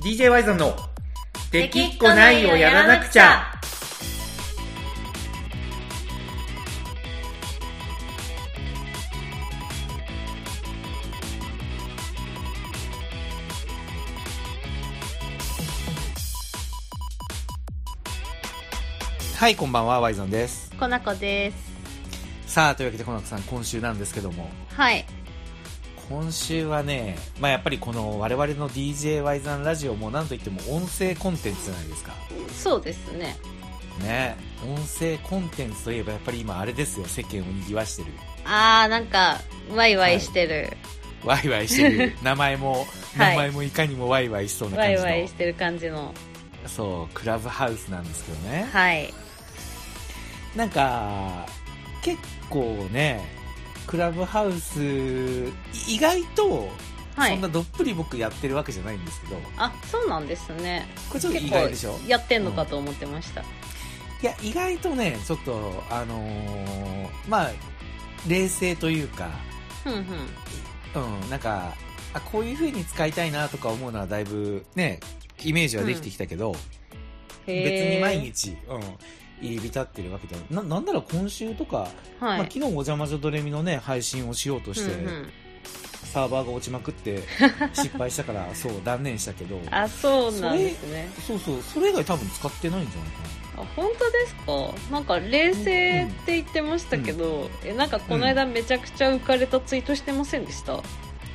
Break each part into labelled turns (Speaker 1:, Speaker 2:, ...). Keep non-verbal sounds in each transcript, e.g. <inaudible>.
Speaker 1: DJ ワイゾンの「できっこないをやらなくちゃ」はいこんばんはワイゾンです
Speaker 2: こなこです
Speaker 1: さあというわけでコナコさん今週なんですけども
Speaker 2: はい
Speaker 1: 今週はね、まあ、やっぱりこの我々の DJ ワイザンラジオもなんといっても音声コンテンツじゃないですか
Speaker 2: そうですね
Speaker 1: ね音声コンテンツといえばやっぱり今あれですよ世間をにぎわしてる
Speaker 2: あーなんかワイワイしてる、
Speaker 1: ワイワイして
Speaker 2: <laughs>
Speaker 1: る名前も
Speaker 2: は
Speaker 1: 名
Speaker 2: い
Speaker 1: 前もいかにもワイワイしそうな
Speaker 2: ワ
Speaker 1: 感じ
Speaker 2: イ
Speaker 1: の、
Speaker 2: ワイしてる感じの
Speaker 1: そうクラブハウスなんですけどね
Speaker 2: はい
Speaker 1: なんか結構ねクラブハウス意外と
Speaker 2: は
Speaker 1: そん
Speaker 2: い
Speaker 1: などっぷり僕やってるわけじゃないんですけど、
Speaker 2: あそうなんですね
Speaker 1: これちょっと意外でしょ
Speaker 2: やってんのかと思ってました、
Speaker 1: いや、意外とね、ちょっと、あのーまあ、冷静というか、
Speaker 2: うん、うん
Speaker 1: うん、なんか、あ、こういう風に使いたいなとか思うのはだいぶ、ね、イメージはできてきたけど、
Speaker 2: へ
Speaker 1: 別に
Speaker 2: ー
Speaker 1: 毎日、うん、入り浸ってるわけではな、なんなら今週とか、
Speaker 2: はい、
Speaker 1: まあ、昨日お邪魔女ドレミのね、配信をしようとして、
Speaker 2: うんうん、
Speaker 1: サーバーが落ちまくって
Speaker 2: <laughs>
Speaker 1: 失敗したから、そう、断念したけど、
Speaker 2: あそうなんですね
Speaker 1: そうそう、それ以外多分使ってないんじゃないかな。
Speaker 2: あ本当ですかなんか冷静って言ってましたけど、えなんかこの間めちゃくちゃ浮かれたツイートしてませんでした、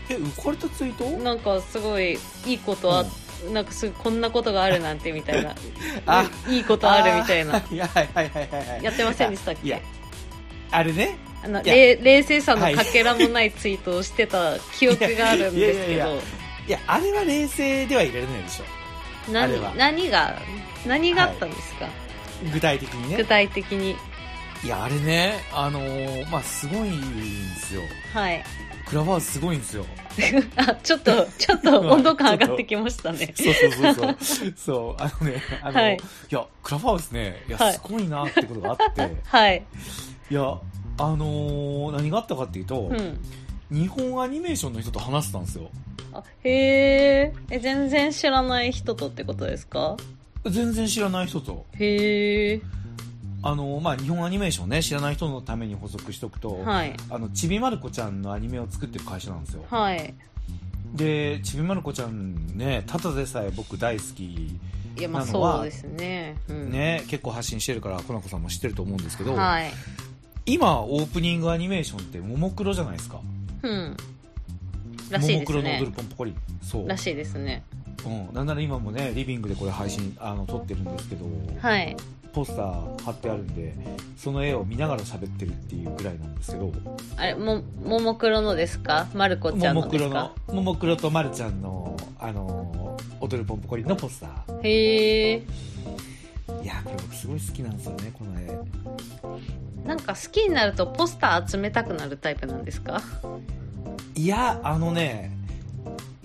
Speaker 1: え、浮かれたツイート
Speaker 2: なんかすごいいいことあ、なんかすごいこんなことがあるなんてみたいな
Speaker 1: あ
Speaker 2: いいことあるみたいな
Speaker 1: あーやはいはいはいはいはい
Speaker 2: やってませんでしたっ
Speaker 1: いや
Speaker 2: け
Speaker 1: あれね
Speaker 2: あの
Speaker 1: いや
Speaker 2: れい冷静さの
Speaker 1: はい
Speaker 2: かけらもないツイートをしてた記憶があるんですけ
Speaker 1: いやいや
Speaker 2: ど
Speaker 1: いやいやあれは冷静ではいられないでしょあれは
Speaker 2: 何何が何があったんですか、
Speaker 1: 具体的に
Speaker 2: 具
Speaker 1: ね
Speaker 2: 体的に
Speaker 1: いやあれねあのーまあすごいんですよ
Speaker 2: はい <laughs>
Speaker 1: クラブハウスすごいんですよ
Speaker 2: あちょっとちょっと
Speaker 1: <laughs>
Speaker 2: 温度感上がってきましたね
Speaker 1: そうそうそうそうそうあの
Speaker 2: <laughs>
Speaker 1: ねあの、
Speaker 2: はい
Speaker 1: い、やクラブハウスねいや
Speaker 2: はい
Speaker 1: すごいなってことがあって、い、
Speaker 2: はい、
Speaker 1: やあのー何があったかっていうと
Speaker 2: う、ん、
Speaker 1: 日本アニメーションの人と話してたんですよ
Speaker 2: あへーえ全然知らない人とってことですか
Speaker 1: 全然知らない人と
Speaker 2: へえ
Speaker 1: あのーまあ日本アニメーションね知らない人のために補足しておくと、
Speaker 2: はい
Speaker 1: あのちびまる子ちゃんのアニメを作ってる会社なんですよ
Speaker 2: はい
Speaker 1: でちびまる子ちゃんねただでさえ僕大好き
Speaker 2: いやまあ
Speaker 1: なのは
Speaker 2: そうですね,、うん、
Speaker 1: ね結構発信してるからコナコさんも知ってると思うんですけど、
Speaker 2: はい
Speaker 1: 今オープニングアニメーションってももクロじゃないですか
Speaker 2: うんらし
Speaker 1: も
Speaker 2: い
Speaker 1: も
Speaker 2: で
Speaker 1: ク
Speaker 2: す
Speaker 1: ロの踊
Speaker 2: ね
Speaker 1: るポンポコリンそう
Speaker 2: らしいですね
Speaker 1: うん、なんなら今もねリビングでこれ配信あの撮ってるんですけど、
Speaker 2: はい
Speaker 1: ポスター貼ってあるんでその絵を見ながら喋ってるっていうぐらいなんですけど
Speaker 2: あれもももクロのですかまる子ちゃん
Speaker 1: も
Speaker 2: の
Speaker 1: もク
Speaker 2: で
Speaker 1: ロ
Speaker 2: すか
Speaker 1: のももクロとまるちゃんのあの踊るポンポコリンのポスター
Speaker 2: へえ
Speaker 1: いやこれ僕すごい好きなんですよねこの絵
Speaker 2: なんか好きになるとポスター集めたくなるタイプなんですか
Speaker 1: いやあのね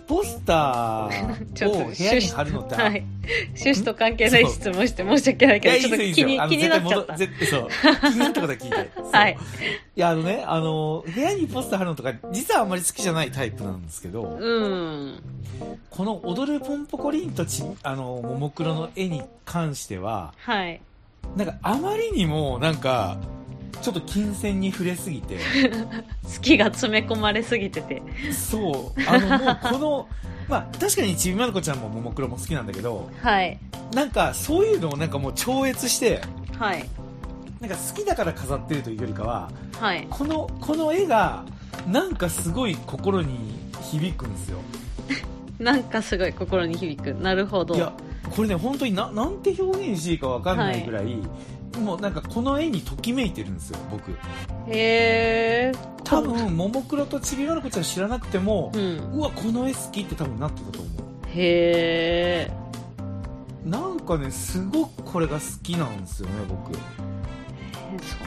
Speaker 1: ポスタ
Speaker 2: <laughs> ち
Speaker 1: ー
Speaker 2: ょっ
Speaker 1: を
Speaker 2: と
Speaker 1: 部屋に貼るのって
Speaker 2: はい趣旨と関係ない質問して申し訳ない
Speaker 1: いや
Speaker 2: け
Speaker 1: いい
Speaker 2: どちょっと
Speaker 1: です
Speaker 2: 気
Speaker 1: よいい
Speaker 2: に
Speaker 1: ですよあの
Speaker 2: 気になっちゃった
Speaker 1: 絶対戻そう気になったことは聞い
Speaker 2: <laughs>
Speaker 1: てそう
Speaker 2: はい
Speaker 1: いやあのねあの部屋にポスター貼るのとか実はあんまり好きじゃないタイプなんですけど
Speaker 2: うん
Speaker 1: この「踊るポンポコリン」とちあの「ももクロ」の絵に関しては
Speaker 2: はい
Speaker 1: なんかあまりにもなんかちょっと金銭に触れすぎて
Speaker 2: 好きが詰め込まれすぎてて
Speaker 1: そうあのもうこの <laughs> まあ確かにちびまる子ちゃんもももクロも好きなんだけど
Speaker 2: はい
Speaker 1: なんかそういうのをなんかもう超越して
Speaker 2: はい
Speaker 1: なんか好きだから飾ってるというよりかは
Speaker 2: はい
Speaker 1: このこの絵がなんかすごい心に響くんですよ
Speaker 2: なんかすごい心に響くなるほど
Speaker 1: いやこれね本当にななんて表現していいかわかんないぐらい、もうなんかこの絵にときめいてるんですよ僕
Speaker 2: へえ
Speaker 1: 多分ももクロとちびまる子ちゃん知らなくても
Speaker 2: う、ん
Speaker 1: うわこの絵好きって多分なってたと思
Speaker 2: へえ
Speaker 1: うなんかねすごくこれが好きなんですよね僕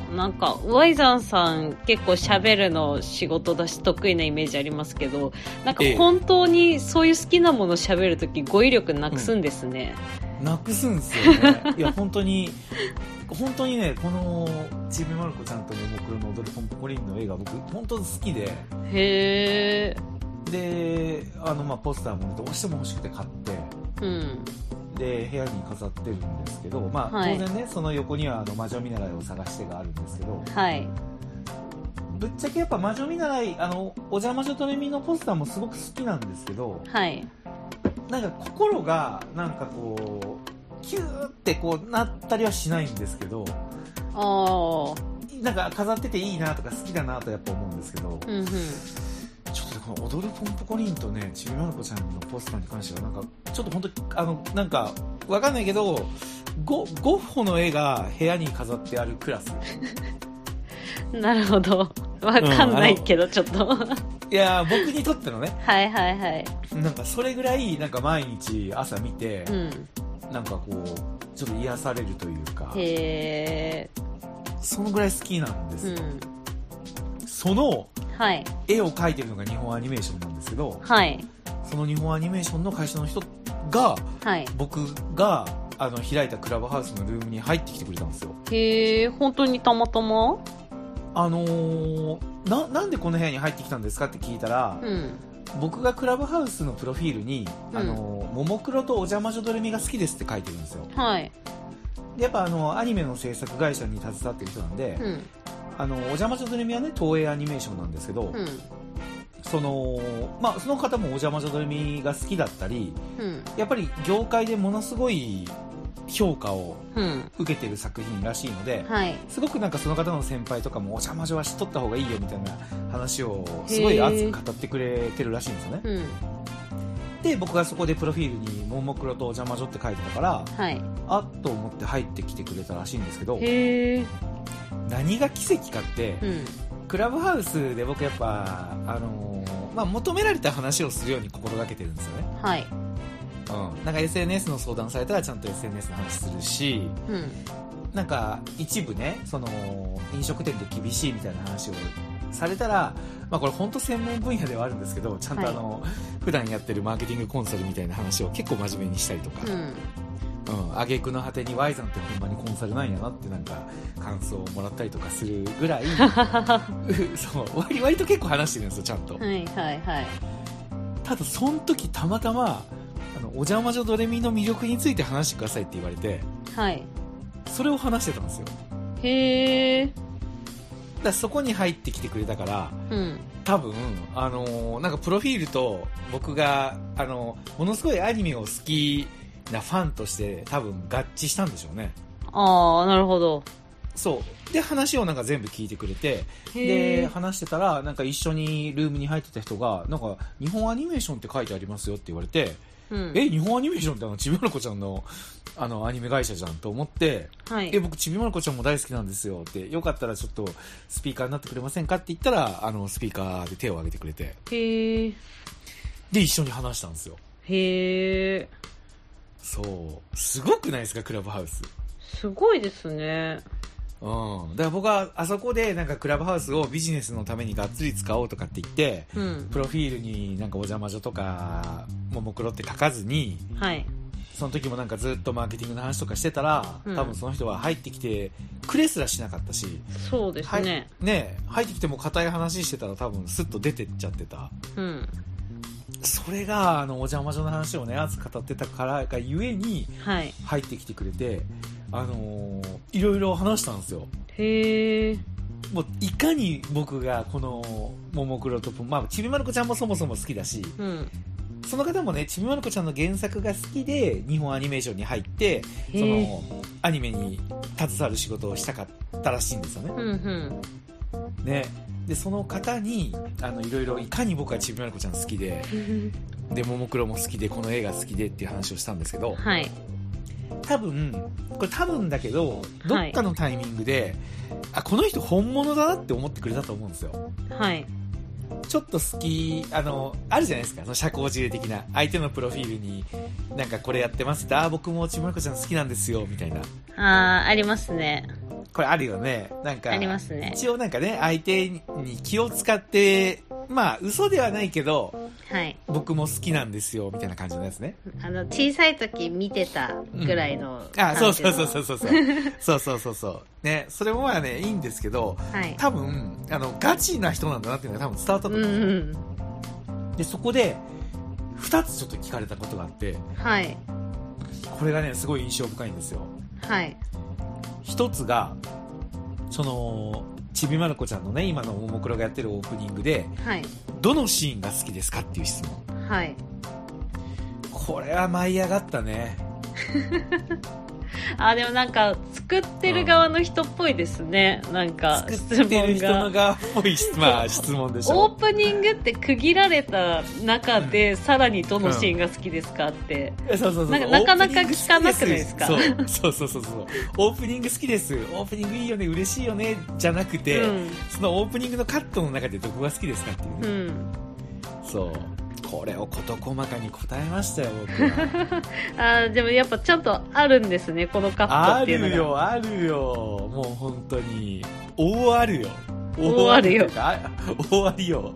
Speaker 2: そうなんかワイザンさん結構喋るの仕事だし得意なイメージありますけどなんか
Speaker 1: ええ
Speaker 2: 本当にそういう好きなもの喋るとき語彙力なくすんですね、
Speaker 1: なくすんですよね <laughs> いや本当に本当にねこのちびまる子ちゃんとももクロの踊るポンポコリンの映画僕本当に好きで
Speaker 2: へえ
Speaker 1: であのまあポスターもねどうしても欲しくて買って
Speaker 2: うん
Speaker 1: で部屋に飾ってるんですけど、まあ、
Speaker 2: はい
Speaker 1: 当然ねその横にはあの魔女見習いを探してがあるんですけど
Speaker 2: はい
Speaker 1: ぶっちゃけやっぱ魔女見習いあのお邪魔女とレミのポスターもすごく好きなんですけど
Speaker 2: はい
Speaker 1: なんか心がなんかこうキューってこうなったりはしないんですけど
Speaker 2: ああ
Speaker 1: なんか飾ってていいなとか好きだなとやっぱ思うんですけど、
Speaker 2: うんうん
Speaker 1: ちょっとこの踊るポンポコリンとねちびまる子ちゃんのポスターに関してはなんかちょっと本当あのなんかわかんないけどゴゴッホの絵が部屋に飾ってあるク
Speaker 2: <laughs>
Speaker 1: ラス
Speaker 2: なるほど。わかんないけど、ちょっと。
Speaker 1: いやー僕にとってのね
Speaker 2: はいはいはい。
Speaker 1: なんかそれぐらいなんか毎日朝見て
Speaker 2: う、ん。
Speaker 1: なんかこうちょっと癒されるというか
Speaker 2: へえ。
Speaker 1: そのぐらい好きなんです
Speaker 2: う
Speaker 1: よ、
Speaker 2: ん。
Speaker 1: その
Speaker 2: はい。
Speaker 1: 絵を描いてるのが日本アニメーションなんですけど
Speaker 2: はい。
Speaker 1: その日本アニメーションの会社の人が
Speaker 2: はい。
Speaker 1: 僕があの開いたクラブハウスのルームに入ってきてくれたんですよ
Speaker 2: へえ、本当にたまたま
Speaker 1: あのーななんでこの部屋に入ってきたんですかって聞いたら、
Speaker 2: うん。
Speaker 1: 僕がクラブハウスのプロフィールに「
Speaker 2: うん
Speaker 1: あのーももクロとお邪魔女ドレミが好きです」って書いてるんですよ
Speaker 2: はい。
Speaker 1: でやっぱあのアニメの制作会社に携わってる人なんで、
Speaker 2: うん。
Speaker 1: あのお邪魔女ドレミはね東映アニメーションなんですけど、
Speaker 2: うん。
Speaker 1: そのまあその方もお邪魔女ドレミが好きだったり
Speaker 2: うん。
Speaker 1: やっぱり業界でものすごい評価を
Speaker 2: うん。
Speaker 1: 受けてる作品らしいので、
Speaker 2: はい。
Speaker 1: すごくなんかその方の先輩とかもお邪魔女は知っとった方がいいよみたいな話をすごい熱く語ってくれてるらしいんですよね
Speaker 2: うん。
Speaker 1: で僕がそこでプロフィールに「ももクロとお邪魔女」って書いてたから
Speaker 2: はい。
Speaker 1: あっと思って入ってきてくれたらしいんですけど
Speaker 2: へえ。
Speaker 1: 何が奇跡かって、
Speaker 2: うん。
Speaker 1: クラブハウスで僕やっぱあのーまあ、求められた話をするように心がけてるんですよね、
Speaker 2: はい。
Speaker 1: うん、なんか SNS の相談されたらちゃんと SNS の話するし
Speaker 2: うん。
Speaker 1: なんか一部ねその飲食店で厳しいみたいな話をされたら、まあ、これ本当専門分野ではあるんですけどちゃんとあの、普段やってるマーケティングコンサルみたいな話を結構真面目にしたりとか、
Speaker 2: うん。
Speaker 1: うん、挙句の果てに Y さんってほんまにコンサルなんやなってなんか感想をもらったりとかするぐ
Speaker 2: <laughs>
Speaker 1: らいそう割割と結構話してるんですよちゃんと、
Speaker 2: はいはいはい。
Speaker 1: ただその時たまたまあのお邪魔女ドレミの魅力について話してくださいって言われて
Speaker 2: はい。
Speaker 1: それを話してたんですよだか
Speaker 2: へえ。
Speaker 1: らそこに入ってきてくれたから
Speaker 2: うん。
Speaker 1: 多分あのーなんかプロフィールと僕が、あのーものすごいアニメを好きなファンとして多分合致したんでしょうね
Speaker 2: ああ、なるほど。
Speaker 1: そうで話をなんか全部聞いてくれて
Speaker 2: へ
Speaker 1: で
Speaker 2: え。
Speaker 1: 話してたらなんか一緒にルームに入ってた人がなんか日本アニメーションって書いてありますよって言われて、
Speaker 2: うん。
Speaker 1: え日本アニメーションってあのちびまる子ちゃんのあのアニメ会社じゃんと思って、
Speaker 2: は
Speaker 1: え
Speaker 2: い。
Speaker 1: 僕ちびまる子ちゃんも大好きなんですよってよかったらちょっとスピーカーになってくれませんかって言ったらあのスピーカーで手を挙げてくれて
Speaker 2: へえ。
Speaker 1: で一緒に話したんですよ
Speaker 2: へえ。
Speaker 1: そうすごくないですかクラブハウス
Speaker 2: すごいですね。
Speaker 1: うん、だから僕はあそこでなんかクラブハウスをビジネスのためにがっつり使おうとかって言って、
Speaker 2: うん。
Speaker 1: プロフィールになんかお邪魔女とか、ももクロって書かずに、
Speaker 2: はい。
Speaker 1: その時もなんかずっとマーケティングの話とかしてたら、
Speaker 2: うん
Speaker 1: 多分その人は入ってきて、くれすらしなかったし、
Speaker 2: そうですね。
Speaker 1: はい、ねえ入ってきても硬い話してたら多分スッと出てっちゃってた。
Speaker 2: うん。
Speaker 1: それが、あの、お邪魔女の話をね、熱く語ってたからがゆえに
Speaker 2: はい。
Speaker 1: 入ってきてくれて、あのーいろいろ話したんですよ。
Speaker 2: へえ。
Speaker 1: もう、いかに僕がこの、ももクロと、まあ、ちびまる子ちゃんもそもそも好きだし、
Speaker 2: うん。
Speaker 1: その方もね、ちびまる子ちゃんの原作が好きで、日本アニメーションに入って、そ
Speaker 2: へえ。
Speaker 1: の、アニメに携わる仕事をしたかったらしいんですよね
Speaker 2: う。ん
Speaker 1: <laughs>
Speaker 2: うん。
Speaker 1: ね。で、その方に、あの、いろいろ、いかに僕はちびまる子ちゃん好きで、で、ももクロも好きで、この映画好きでっていう話をしたんですけど、
Speaker 2: はい。
Speaker 1: 多分、これ多分だけど、どっかのタイミングで、あ、この人本物だなって思ってくれたと思うんですよ。
Speaker 2: はい。
Speaker 1: ちょっと好き、あの、あるじゃないですか、その社交辞令的な。相手のプロフィールに、なんかこれやってますって、あー、僕もちびまる子ちゃん好きなんですよ、みたいな。
Speaker 2: ああ、ありますね。
Speaker 1: これあるよね。なんか、
Speaker 2: ありますね。
Speaker 1: 一応なんかね、相手に気を使って、まあ、嘘ではないけど、
Speaker 2: はい。
Speaker 1: 僕も好きなんですよ、みたいな感じのやつね。
Speaker 2: あの、小さい時見てたぐらいの
Speaker 1: あー、
Speaker 2: 感じの、
Speaker 1: そうそうそうそうそうそう。そうそうそうそう。ね、それもまあね、いいんですけど、
Speaker 2: はい。
Speaker 1: 多分、あの、ガチな人なんだなっていうのが多分伝わったと
Speaker 2: う
Speaker 1: 思
Speaker 2: ん
Speaker 1: う。
Speaker 2: うん。
Speaker 1: で、そこで、二つちょっと聞かれたことがあって、
Speaker 2: はい。
Speaker 1: これがねすごい印象深いんですよ
Speaker 2: はい
Speaker 1: 一つがそのちびまる子ちゃんのね今のももクロがやってるオープニングで
Speaker 2: はい
Speaker 1: どのシーンが好きですかっていう質問
Speaker 2: はい
Speaker 1: これは舞い上がったね
Speaker 2: あでもなんか作ってる側の人っぽいですね、なんか質
Speaker 1: 作ってる
Speaker 2: 問
Speaker 1: 人の
Speaker 2: が
Speaker 1: 側っぽい質,、まあ、質問でし
Speaker 2: オー
Speaker 1: ょ
Speaker 2: プニングって区切られた中で、さらにどのシーンが好きですかって、
Speaker 1: そうそうそう
Speaker 2: なんかなかなか聞かなくないですか
Speaker 1: オープニング好きですそうそうそうそうそうオープニング好きですオープニングいいよね嬉しいよねじゃなくて、
Speaker 2: うん
Speaker 1: そのオープニングのカットの中でどこが好きですかっていう
Speaker 2: う
Speaker 1: ね、
Speaker 2: ん
Speaker 1: そうこれを事細かに答えましたよ僕は
Speaker 2: あーでもやっぱちゃんとあるんですねこのカット
Speaker 1: あ
Speaker 2: <laughs> っていうのが
Speaker 1: るよあるよもう本当に大あるよ
Speaker 2: 大あるよ
Speaker 1: 大あるよ大ありよ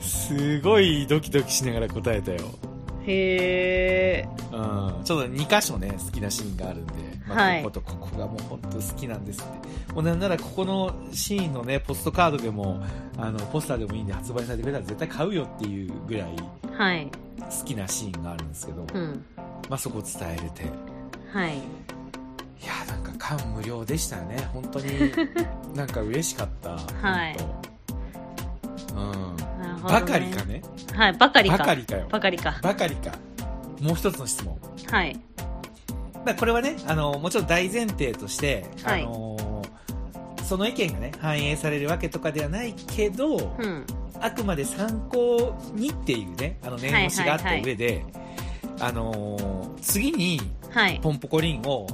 Speaker 1: すごいドキドキしながら答えたよ、
Speaker 2: へえ
Speaker 1: うん、ちょっと2箇所ね好きなシーンがあるんで、
Speaker 2: はい
Speaker 1: こことここがもう本当好きなんですってもうなんならここのシーンのねポストカードでもあのポスターでもいいんで発売されてくれたら絶対買うよっていうぐらい
Speaker 2: はい
Speaker 1: 好きなシーンがあるんですけど、
Speaker 2: うん
Speaker 1: まあ、そこ伝えれて
Speaker 2: は
Speaker 1: い
Speaker 2: い
Speaker 1: やーなんか感無量でしたよね本
Speaker 2: <laughs>
Speaker 1: 当になんか嬉しかった
Speaker 2: はい
Speaker 1: 本当うん
Speaker 2: なるほど、ね、
Speaker 1: ばかりかね
Speaker 2: はいばかりか
Speaker 1: ばかりかよ
Speaker 2: ばかりか
Speaker 1: ばかりかもう一つの質問
Speaker 2: はい
Speaker 1: だからこれはねあのもちろん大前提として、
Speaker 2: はい
Speaker 1: あのーその意見がね反映されるわけとかではないけど、
Speaker 2: うん
Speaker 1: あくまで参考にっていうねあの念押しがあった上で、あのー次に
Speaker 2: はい
Speaker 1: ポンポコリンを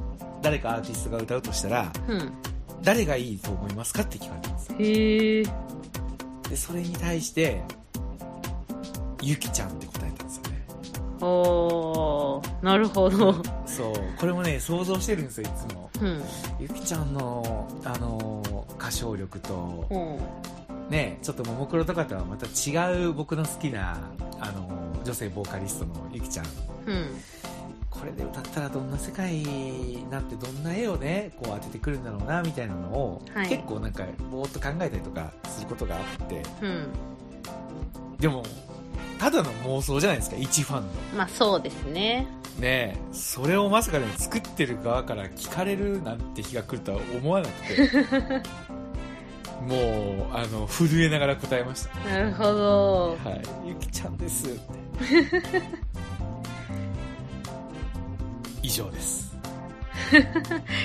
Speaker 1: 誰かアーティストが歌うとしたら
Speaker 2: うん
Speaker 1: 誰がいいと思いますかって聞かれたんですよ
Speaker 2: へえ
Speaker 1: でそれに対してゆきちゃんって答えたんですよね
Speaker 2: おーなるほど
Speaker 1: そうこれもね想像してるんですよいつも
Speaker 2: うん
Speaker 1: ゆきちゃんのあのー歌唱力と
Speaker 2: うん
Speaker 1: ねちょっとももクロとかとはまた違う僕の好きなあのー女性ボーカリストのゆきちゃん
Speaker 2: うん
Speaker 1: これで歌ったらどんな世界になってどんな絵をねこう当ててくるんだろうなみたいなのを、
Speaker 2: はい
Speaker 1: 結構なんかぼーっと考えたりとかすることがあって
Speaker 2: うん
Speaker 1: でもただの妄想じゃないですか一ファンの
Speaker 2: まあそうですね
Speaker 1: ねえそれをまさかね作ってる側から聞かれるなんて日が来るとは思わなく
Speaker 2: <laughs>
Speaker 1: てもうあの震えながら答えました
Speaker 2: なるほど
Speaker 1: はいゆきちゃんです
Speaker 2: <laughs>
Speaker 1: って以上です、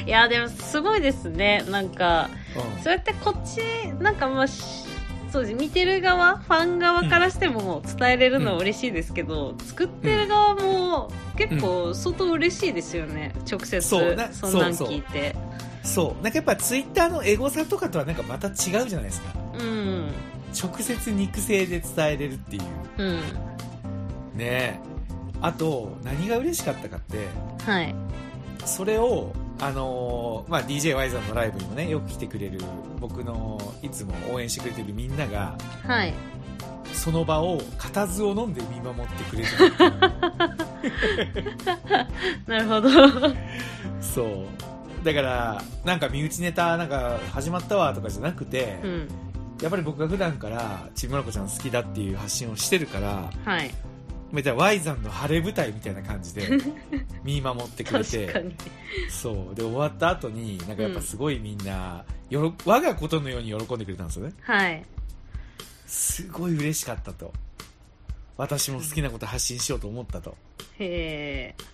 Speaker 2: いやでもすごいですねなんか
Speaker 1: うん
Speaker 2: そうやってこっちなんかまあしそうです見てる側ファン側からしても伝えれるのは嬉しいですけど、作ってる側も結構相当嬉しいですよね、直接そ
Speaker 1: そうなん
Speaker 2: なん
Speaker 1: そうそう
Speaker 2: 聞いて
Speaker 1: そうなんかやっぱツイッターのエゴさとかとはなんかまた違うじゃないですか
Speaker 2: うん
Speaker 1: 直接肉声で伝えれるっていう
Speaker 2: うん
Speaker 1: ねえあと何が嬉しかったかって
Speaker 2: はい
Speaker 1: それを、あのーまあ、DJY さんのライブにもねよく来てくれる僕のいつも応援してくれてるみんなが
Speaker 2: はい
Speaker 1: その場を固唾を飲んで見守ってくれる
Speaker 2: <laughs> なるほどは
Speaker 1: そうだからなんか身内ネタなんか始まったわとかじゃなくて、
Speaker 2: うん
Speaker 1: やっぱり僕が普段からちびまる子ちゃん好きだっていう発信をしてるから
Speaker 2: はい
Speaker 1: めちゃ Y さんの晴れ舞台みたいな感じ
Speaker 2: <laughs>
Speaker 1: で見守ってくれ
Speaker 2: 確か
Speaker 1: て
Speaker 2: に
Speaker 1: そうで終わった後になんかやっぱすごいみんな、よろ我がことのように喜んでくれたんですよね
Speaker 2: はい
Speaker 1: すごい嬉しかったと私も好きなこと発信しようと思ったと
Speaker 2: へえ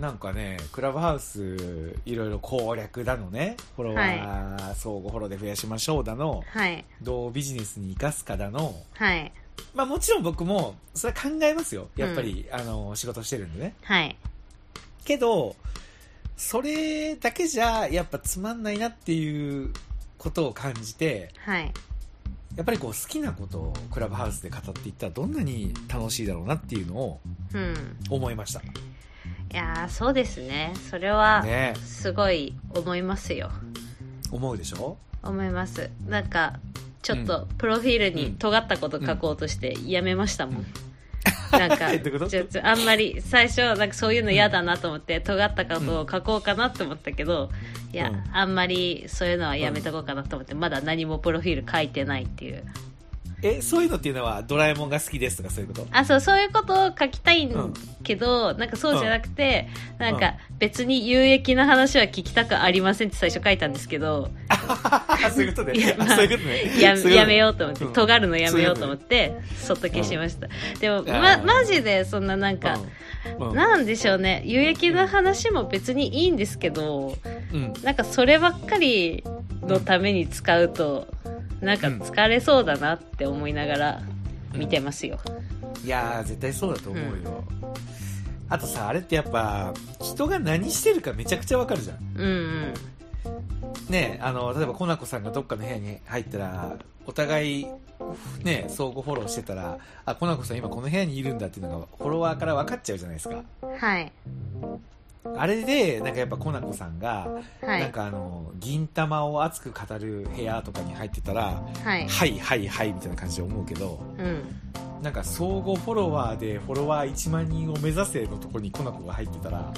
Speaker 1: なんかねクラブハウスいろいろ攻略だのねフォロワー、相互フォローで増やしましょうだの
Speaker 2: はい
Speaker 1: どうビジネスに生かすかだの
Speaker 2: はい
Speaker 1: まあもちろん僕もそれは考えますよやっぱり、あの仕事してるんでね
Speaker 2: はい
Speaker 1: けどそれだけじゃやっぱつまんないなっていうことを感じて
Speaker 2: はい
Speaker 1: やっぱりこう好きなことをクラブハウスで語っていったらどんなに楽しいだろうなっていうのを
Speaker 2: うん
Speaker 1: 思いました
Speaker 2: いやーそうですねそれは
Speaker 1: ね
Speaker 2: すごい思いますよ、
Speaker 1: 思うでしょ
Speaker 2: 思いますなんかちょっとプロフィールに尖ったこと書こうとしてやめましたもん、
Speaker 1: うん
Speaker 2: なん
Speaker 1: <laughs> どう
Speaker 2: か
Speaker 1: いうこと
Speaker 2: ちょっとあんまり最初なんかそういうの嫌だなと思って尖ったことを書こうかなと思ったけど、いや、
Speaker 1: うん
Speaker 2: あんまりそういうのはやめとこうかなと思ってまだ何もプロフィール書いてないっていう
Speaker 1: えそういうのっていうのはドラえもんが好きですとかそういう
Speaker 2: <laughs>
Speaker 1: こと
Speaker 2: あそうそういうことを書きたい
Speaker 1: うん
Speaker 2: んけど、なんかそうじゃなくて、なん
Speaker 1: うん
Speaker 2: か別に有益な話は聞きたくありませんって最初書いたんですけど、
Speaker 1: あそういうこと
Speaker 2: い
Speaker 1: ね
Speaker 2: や
Speaker 1: あそういうことね
Speaker 2: や
Speaker 1: そういうことね
Speaker 2: やめようと思って、
Speaker 1: うん
Speaker 2: 尖るのやめようと思ってそっと消しました、でもま
Speaker 1: うん
Speaker 2: マジでそんななんか、
Speaker 1: うんうん
Speaker 2: なんでしょうね有益な話も別にいいんですけど
Speaker 1: うん
Speaker 2: なんかそればっかりのために使うとなんか疲れそうだなって思いながら見てますよ、
Speaker 1: いやー絶対そうだと思うよ、あとさあれってやっぱ人が何してるかめちゃくちゃわかるじゃん
Speaker 2: うん、うん
Speaker 1: ねあの例えばコナコさんがどっかの部屋に入ったらお互いね相互フォローしてたらあコナコさん今この部屋にいるんだっていうのがフォロワーから分かっちゃうじゃないですか
Speaker 2: はい
Speaker 1: あれでなんかやっぱコナコさんが、
Speaker 2: は
Speaker 1: なん
Speaker 2: い
Speaker 1: かあの銀玉を熱く語る部屋とかに入ってたら
Speaker 2: はい
Speaker 1: はいはいはいみたいな感じで思うけど
Speaker 2: うん
Speaker 1: なんか総合フォロワーでフォロワー1万人を目指せのとこにコナコが入ってた
Speaker 2: <laughs>
Speaker 1: ら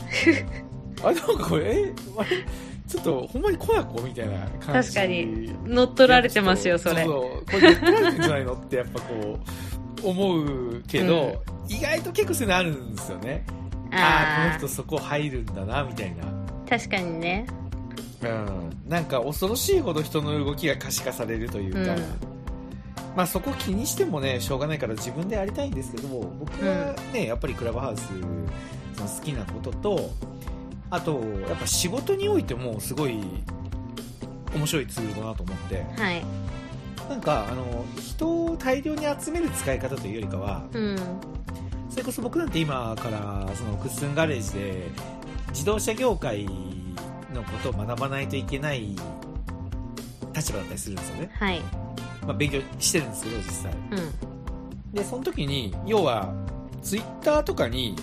Speaker 1: あれなんかこれえあれちょっとほんまにコナコみたいな感じ
Speaker 2: 確かに乗っ取られてますよそれ
Speaker 1: ううこれ乗っ取られてんじゃないのってやっぱこう思うけど、意外と結構そういうのあるんですよねああこ
Speaker 2: あ
Speaker 1: の人
Speaker 2: ー
Speaker 1: そこ入るんだなみたいな
Speaker 2: 確かにね
Speaker 1: うん、なんか恐ろしいほど人の動きが可視化されるというか、
Speaker 2: うん
Speaker 1: まあ、そこ気にしてもねしょうがないから自分でやりたいんですけど僕はね、やっぱりクラブハウスの好きなこととあとやっぱ仕事においてもすごい面白いツールだなと思って
Speaker 2: はい
Speaker 1: なんかあの人を大量に集める使い方というよりかは
Speaker 2: うん
Speaker 1: それこそ僕なんて今からそのクッスンガレージで自動車業界のことを学ばないといけない立場だったりするんですよね、
Speaker 2: はい
Speaker 1: まあ、勉強してるんですけど実際
Speaker 2: うん
Speaker 1: でその時に要はツイッターとかに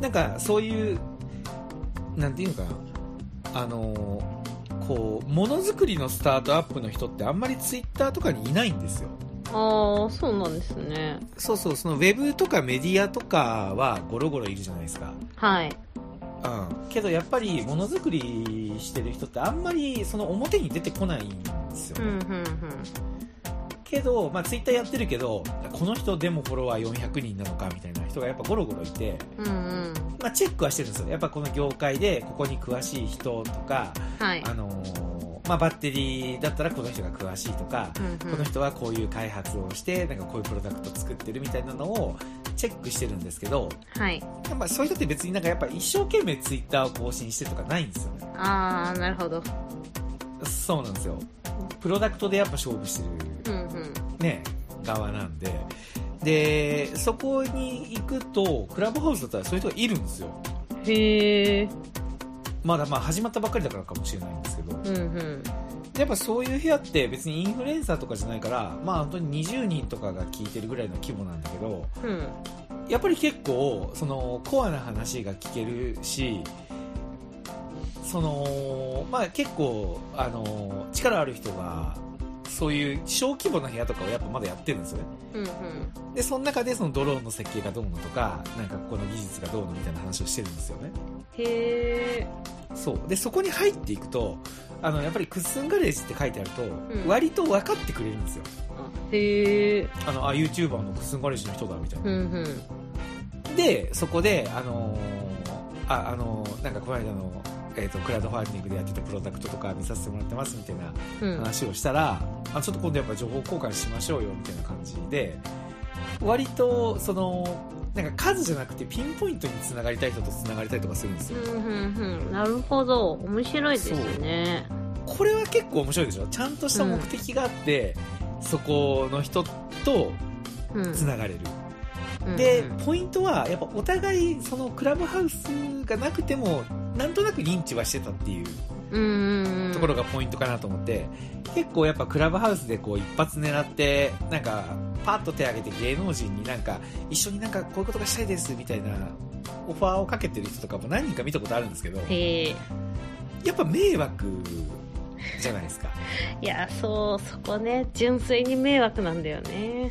Speaker 1: なんかそういうなんていうのかなあのこうものづくりのスタートアップの人ってあんまりツイッターとかにいないんですよ
Speaker 2: ああそうなんですね
Speaker 1: そうそうそのウェブとかメディアとかはゴロゴロいるじゃないですか
Speaker 2: はい
Speaker 1: うん、けどやっぱりものづくりしてる人ってあんまりその表に出てこないんですよ、
Speaker 2: うんうん
Speaker 1: けど、まあ、ツイッターやってるけどこの人でもフォロワー400人なのかみたいな人がやっぱゴロゴロいて、
Speaker 2: うんうんうん
Speaker 1: まあ、チェックはしてるんですよやっぱこの業界でここに詳しい人とか、
Speaker 2: はい
Speaker 1: あのーまあ、バッテリーだったらこの人が詳しいとか、
Speaker 2: うんう
Speaker 1: この
Speaker 2: ん
Speaker 1: 人はこういう開発をしてなんかこういうプロダクト作ってるみたいなのをチェックしてるんですけど
Speaker 2: はい
Speaker 1: やっぱそういう人って別になんかやっぱ一生懸命ツイッターを更新してとかないんですよね
Speaker 2: ああなるほど
Speaker 1: そうなんですよ。プロダクトでやっぱ勝負して
Speaker 2: う
Speaker 1: る、
Speaker 2: んうん
Speaker 1: ね、側なんで。で、そこに行くと、クラブハウスだったらそういう人がいるんですよ。
Speaker 2: へえ
Speaker 1: まだまあ始まったばっかりだからかもしれないんですけど。
Speaker 2: うんうん
Speaker 1: やっぱそういう部屋って別にインフルエンサーとかじゃないから、まあ本当に20人とかが聞いてるぐらいの規模なんだけど、
Speaker 2: うん
Speaker 1: やっぱり結構、そのコアな話が聞けるし、その、まあ結構、あの、力ある人が、そういう小規模な部屋とかをやっぱまだやってるんですよね。
Speaker 2: うん
Speaker 1: で、その中でそのドローンの設計がどうのとか、なんかこの技術がどうのみたいな話をしてるんですよね。
Speaker 2: へえ
Speaker 1: そう。で、そこに入っていくと、あの、やっぱりクッスンガレージって書いてあると、
Speaker 2: ん
Speaker 1: 割と分かってくれるんですよ。
Speaker 2: へえ
Speaker 1: あの、あ、YouTuber のクッスンガレージの人だ、みたいな。
Speaker 2: うんうん
Speaker 1: でそこであのーああのーなんかこの間の、えー、とクラウドファンディングでやってたプロダクトとか見させてもらってますみたいな
Speaker 2: うん
Speaker 1: 話をしたら、あちょっと今度やっぱ情報交換しましょうよみたいな感じで割とそのなんか数じゃなくてピンポイントにつながりたい人とつながりたいとかするんです
Speaker 2: う
Speaker 1: よ、
Speaker 2: んうんうんなるほど面白いですね
Speaker 1: これは結構面白いでしょちゃんとした目的があって、そこの人と
Speaker 2: うん
Speaker 1: つながれる、
Speaker 2: うん
Speaker 1: で
Speaker 2: うん
Speaker 1: ポイントはやっぱお互いそのクラブハウスがなくてもなんとなく認知はしてたっていう
Speaker 2: うんうんうん
Speaker 1: ところがポイントかなと思って、結構やっぱクラブハウスでこう一発狙ってなんかパッと手挙げて芸能人になんか一緒になんかこういうことがしたいですみたいなオファーをかけてる人とかも何人か見たことあるんですけど
Speaker 2: へえ
Speaker 1: やっぱ迷惑じゃないですか
Speaker 2: いやそうそこね純粋に迷惑なんだよね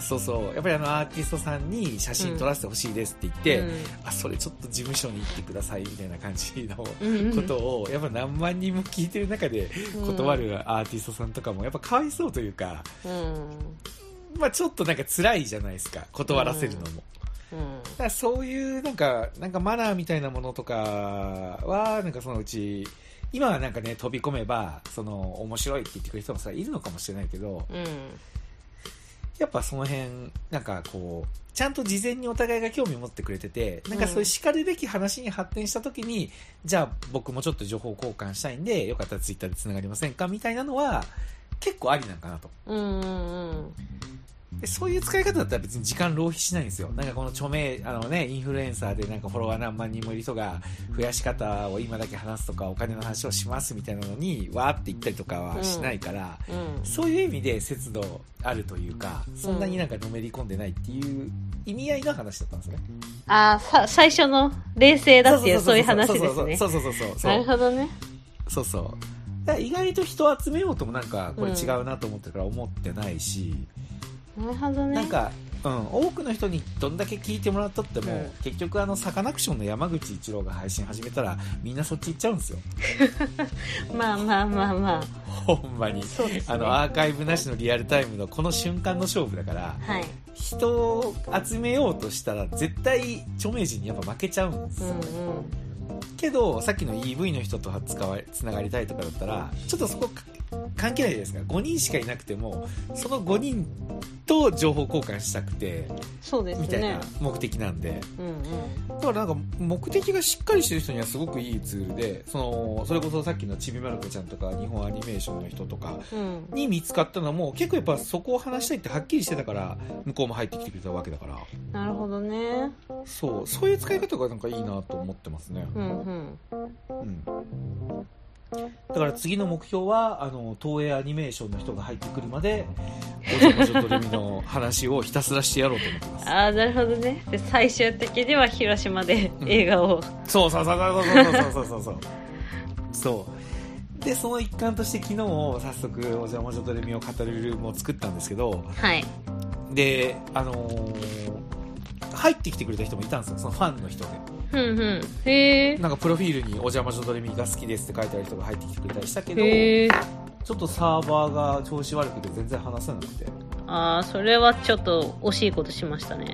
Speaker 1: そうそうやっぱりあのアーティストさんに写真撮らせてほしいですって言って、あそれちょっと事務所に行ってくださいみたいな感じの
Speaker 2: うん
Speaker 1: ことをやっぱ何万人も聞いてる中で断、るアーティストさんとかもやっぱかわいそうというか、
Speaker 2: うん
Speaker 1: まあ、ちょっとなんか辛いじゃないですか断らせるのも、だ
Speaker 2: うん
Speaker 1: からそういうなんかなんかマナーみたいなものとかはなんかそのうち今はなんかね飛び込めばその面白いって言ってくれる人もさいるのかもしれないけど
Speaker 2: うん
Speaker 1: やっぱその辺なんかこうちゃんと事前にお互いが興味を持ってくれててなんかそういう叱るべき話に発展した時に、じゃあ僕もちょっと情報交換したいんでよかったらツイッターでつながりませんかみたいなのは結構ありなんかなと
Speaker 2: うんうん
Speaker 1: でそういう使い方だったら別に時間浪費しないんですよ。なんかこの著名、あのね、インフルエンサーでなんかフォロワー何万人もいる人が増やし方を今だけ話すとかお金の話をしますみたいなのにわーって言ったりとかはしないから、
Speaker 2: うん
Speaker 1: そういう意味で節度あるというか、そんなになんかのめり込んでないっていう意味合いの話だったんですね。
Speaker 2: ああさ最初の冷静だっていうそういう話ですね
Speaker 1: そうそうそうそうそうそ
Speaker 2: な
Speaker 1: う
Speaker 2: るほどね
Speaker 1: そうそう。だから意外と人を集めようともなんかこれ違うなと思ってるから思ってないし、
Speaker 2: なるほどね
Speaker 1: なんか、うん、多くの人にどんだけ聞いてもらったっても、
Speaker 2: うん
Speaker 1: 結局あのサカナクションの山口一郎が配信始めたらみんなそっち行っちゃうんです
Speaker 2: <laughs>
Speaker 1: よ
Speaker 2: まあまあまあまあ
Speaker 1: ほんまに
Speaker 2: そうですね
Speaker 1: あのアーカイブなしのリアルタイムのこの瞬間の勝負だから
Speaker 2: はい
Speaker 1: 人を集めようとしたら絶対著名人にやっぱ負けちゃうんです
Speaker 2: う
Speaker 1: よ、
Speaker 2: んうん
Speaker 1: けどさっきの EV の人とは使わつながりたいとかだったらちょっとそこか関係ないじゃないですか5人しかいなくてもその5人と情報交換したくて
Speaker 2: そうです
Speaker 1: みたい
Speaker 2: ね
Speaker 1: な目的なんで。
Speaker 2: うんうん
Speaker 1: だからなんか目的がしっかりしてる人にはすごくいいツールでそのそれこそさっきのちびまる子ちゃんとか日本アニメーションの人とか
Speaker 2: うん
Speaker 1: に見つかったのも結構やっぱそこを話したいってはっきりしてたから向こうも入ってきてくれたわけだから
Speaker 2: なるほどね
Speaker 1: そうそういう使い方がなんかいいなと思ってますね、
Speaker 2: うんうん
Speaker 1: うん、だから次の目標はあの東映アニメーションの人が入ってくるまでおじょこじょとレミの話をひたすらしてやろうと思ってます
Speaker 2: ああなるほどねで最終的には広島で
Speaker 1: うん
Speaker 2: 映画を
Speaker 1: そうそうそうそうそうそうそうそうそうそうでその一環として昨日早速「おじゃもじょとレミ」を語るルームを作ったんですけど
Speaker 2: はい
Speaker 1: であのー入ってきてくれた人もいたんですよそのファンの人
Speaker 2: うんうん
Speaker 1: で
Speaker 2: へえ
Speaker 1: なんかプロフィールに「おじゃまじょとレミが好きです」って書いてある人が入ってきてくれたりしたけど
Speaker 2: へえ
Speaker 1: ちょっとサーバーが調子悪くて全然話せなくて
Speaker 2: ああそれはちょっと惜しいことしましたね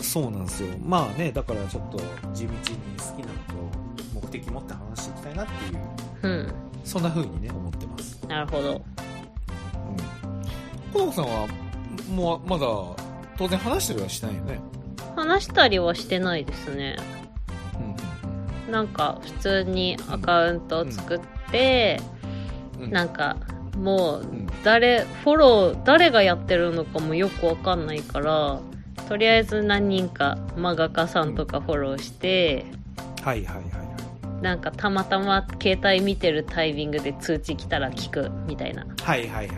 Speaker 1: そうなんですよまあねだからちょっと地道に好きなことを目的持って話していきたいなっていう
Speaker 2: うん
Speaker 1: そんな風にね思ってます
Speaker 2: なるほど
Speaker 1: コナコさんはもうまだ当然話したりはしないよね、
Speaker 2: 話したりはしてないですねなんか普通にアカウントを作って、
Speaker 1: うんうん
Speaker 2: なんかもう
Speaker 1: うん
Speaker 2: 誰フォロー誰がやってるのかもよくわかんないからとりあえず何人か漫画家さんとかフォローして、
Speaker 1: はいはいはいはい
Speaker 2: なんかたまたま携帯見てるタイミングで通知来たら聞くみたいな
Speaker 1: はいはいはいはい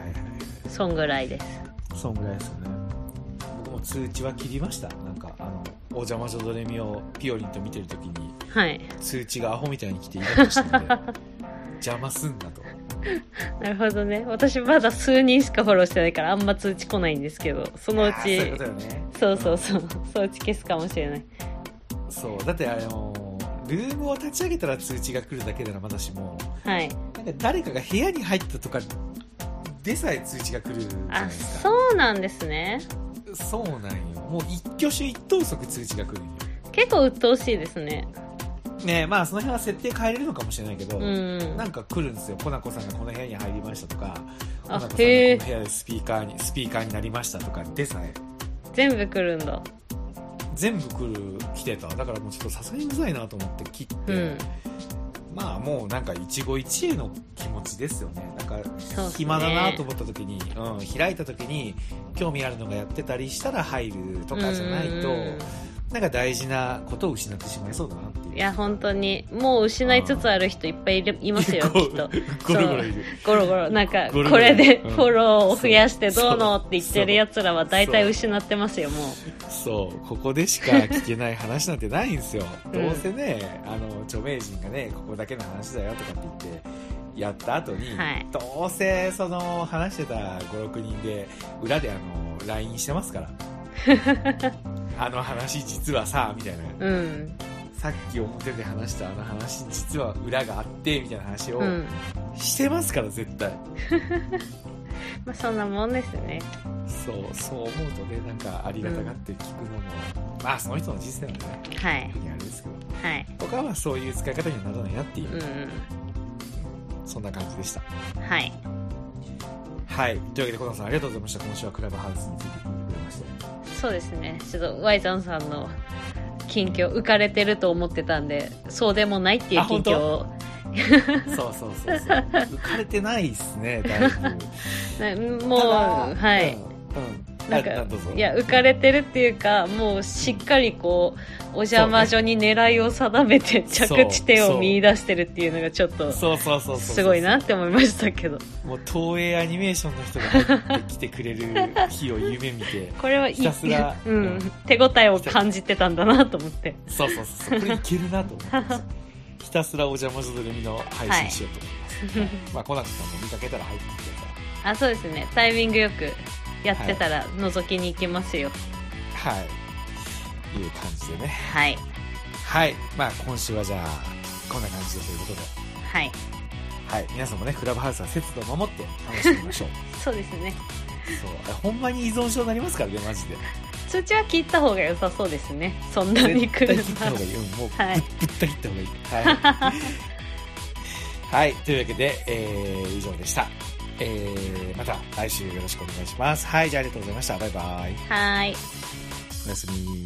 Speaker 2: そんぐらいです
Speaker 1: そんぐらいですよね僕も通知は切りましたなんかあの「お邪魔女ドレミ」をピオリンと見てるときに
Speaker 2: はい
Speaker 1: 通知がアホみたいに来てイラッとして
Speaker 2: <laughs>
Speaker 1: て邪魔すんなと
Speaker 2: なるほどね私まだ数人しかフォローしてないからあんま通知来ないんですけどそのう
Speaker 1: あーそう
Speaker 2: ち
Speaker 1: いうことよね
Speaker 2: そうそうそうそのうち消すかもしれない
Speaker 1: そうだってあのルームを立ち上げたら通知が来るだけならまだしも
Speaker 2: はい
Speaker 1: なんか誰かが部屋に入ったとかでさえ通知が来るじゃない
Speaker 2: あ
Speaker 1: ですか
Speaker 2: そうなんですね
Speaker 1: そうなんよもう一挙手一投足通知が来るんよ
Speaker 2: 結構鬱陶しいですね
Speaker 1: ねえまあその辺は設定変えれるのかもしれないけど、
Speaker 2: うん
Speaker 1: なんか来るんですよコナコさんがこの部屋に入りましたとかコナ
Speaker 2: あ
Speaker 1: コさんがこの部
Speaker 2: へえ
Speaker 1: 屋でスピーカーにスピーカーになりましたとかでさえ
Speaker 2: 全部来るんだ
Speaker 1: 全部来る来てただからもうちょっとさすがにうざいなと思って切って、
Speaker 2: うん
Speaker 1: まあもうなんか一期一会の気持ちですよねなんか
Speaker 2: そうっすね
Speaker 1: 暇だなと思った時にう、ん、開いた時に興味あるのがやってたりしたら入るとかじゃないと、
Speaker 2: うん
Speaker 1: なんか大事なことを失ってしまいそうだなっていう。
Speaker 2: いや本当にもう失いつつある人いっぱいいるいま
Speaker 1: <laughs>
Speaker 2: すよきっと
Speaker 1: ゴロゴロいる。
Speaker 2: ゴロゴロなんか
Speaker 1: ゴロゴロ
Speaker 2: これで
Speaker 1: うん
Speaker 2: フォローを増やしてどうのっ
Speaker 1: そう
Speaker 2: て言ってるやつらは大体失ってますよも
Speaker 1: そう、ここでしか聞けない話なんてないんです
Speaker 2: <laughs>
Speaker 1: よ。どうせね、あの、著名人がね、ここだけの話だよとかって言って、やった後に、
Speaker 2: はい
Speaker 1: どうせその話してた5、6人で、裏であの、 LINE してますから
Speaker 2: <laughs>
Speaker 1: あの話実はさみたいな
Speaker 2: うん
Speaker 1: さっき表で話したあの話実は裏があってみたいな話を
Speaker 2: うん
Speaker 1: してますから絶対
Speaker 2: まあそんなもんですね
Speaker 1: そうそう思うとねなんかありがたがって聞くのも、まあその人の人生なんでね
Speaker 2: はい
Speaker 1: いやあれですけど
Speaker 2: はい
Speaker 1: 他はそういう使い方にはならないなっていうう、
Speaker 2: ん
Speaker 1: そんな感じでした
Speaker 2: はい
Speaker 1: はいというわけで小田さんありがとうございました今週はクラブハウスについて聞いてくれました
Speaker 2: そうですねちょっとワイザンさんの近況浮かれてると思ってたんでそうでもないっていう
Speaker 1: あ
Speaker 2: 近
Speaker 1: 本当
Speaker 2: 況
Speaker 1: そ
Speaker 2: を
Speaker 1: うそうそうそう <laughs> 浮かれてないですねだいぶ
Speaker 2: なもう
Speaker 1: ただ
Speaker 2: はい、
Speaker 1: うん、うん
Speaker 2: なん
Speaker 1: あ
Speaker 2: か
Speaker 1: どうぞ
Speaker 2: いや浮かれてるっていうかもうしっかりこうお邪魔女に狙いを定めて
Speaker 1: そう
Speaker 2: 着地点を見出してるっていうのがちょっと
Speaker 1: そうそうそうそうそう
Speaker 2: すごいなって思いましたけど
Speaker 1: もう東映アニメーションの人が入ってきてくれる日を夢見て
Speaker 2: これはいい
Speaker 1: ひたすら
Speaker 2: うん、手応えを感じてたんだなと思って
Speaker 1: そうそうそうそうこれいけるなと思ってますひたすらお邪魔女組の配信しようと、まあコナンさんも見かけたら入ってきてくださ
Speaker 2: あそうですねタイミングよくやってたら覗きに行きますよ
Speaker 1: いはいいう感じでね
Speaker 2: はい
Speaker 1: はいまあ今週はじゃあこんな感じでということで
Speaker 2: はい
Speaker 1: はい皆さんもねクラブハウスは節度を守って楽しんでみまし <laughs> ょう
Speaker 2: そうですね
Speaker 1: そうあれほんまに依存症になりますからねマジ <laughs> で
Speaker 2: 通知は聞いた方が良さそうですねそんなに来
Speaker 1: 絶
Speaker 2: る
Speaker 1: 対切った方がいい。うんもう、
Speaker 2: はい
Speaker 1: ぶぶった切った方がいい。はい。はい。というわけで、えー、以上でした。えー、また来週よろしくお願いします。はい。じゃあありがとうございました。バイバイ。
Speaker 2: なはい
Speaker 1: おやすみ。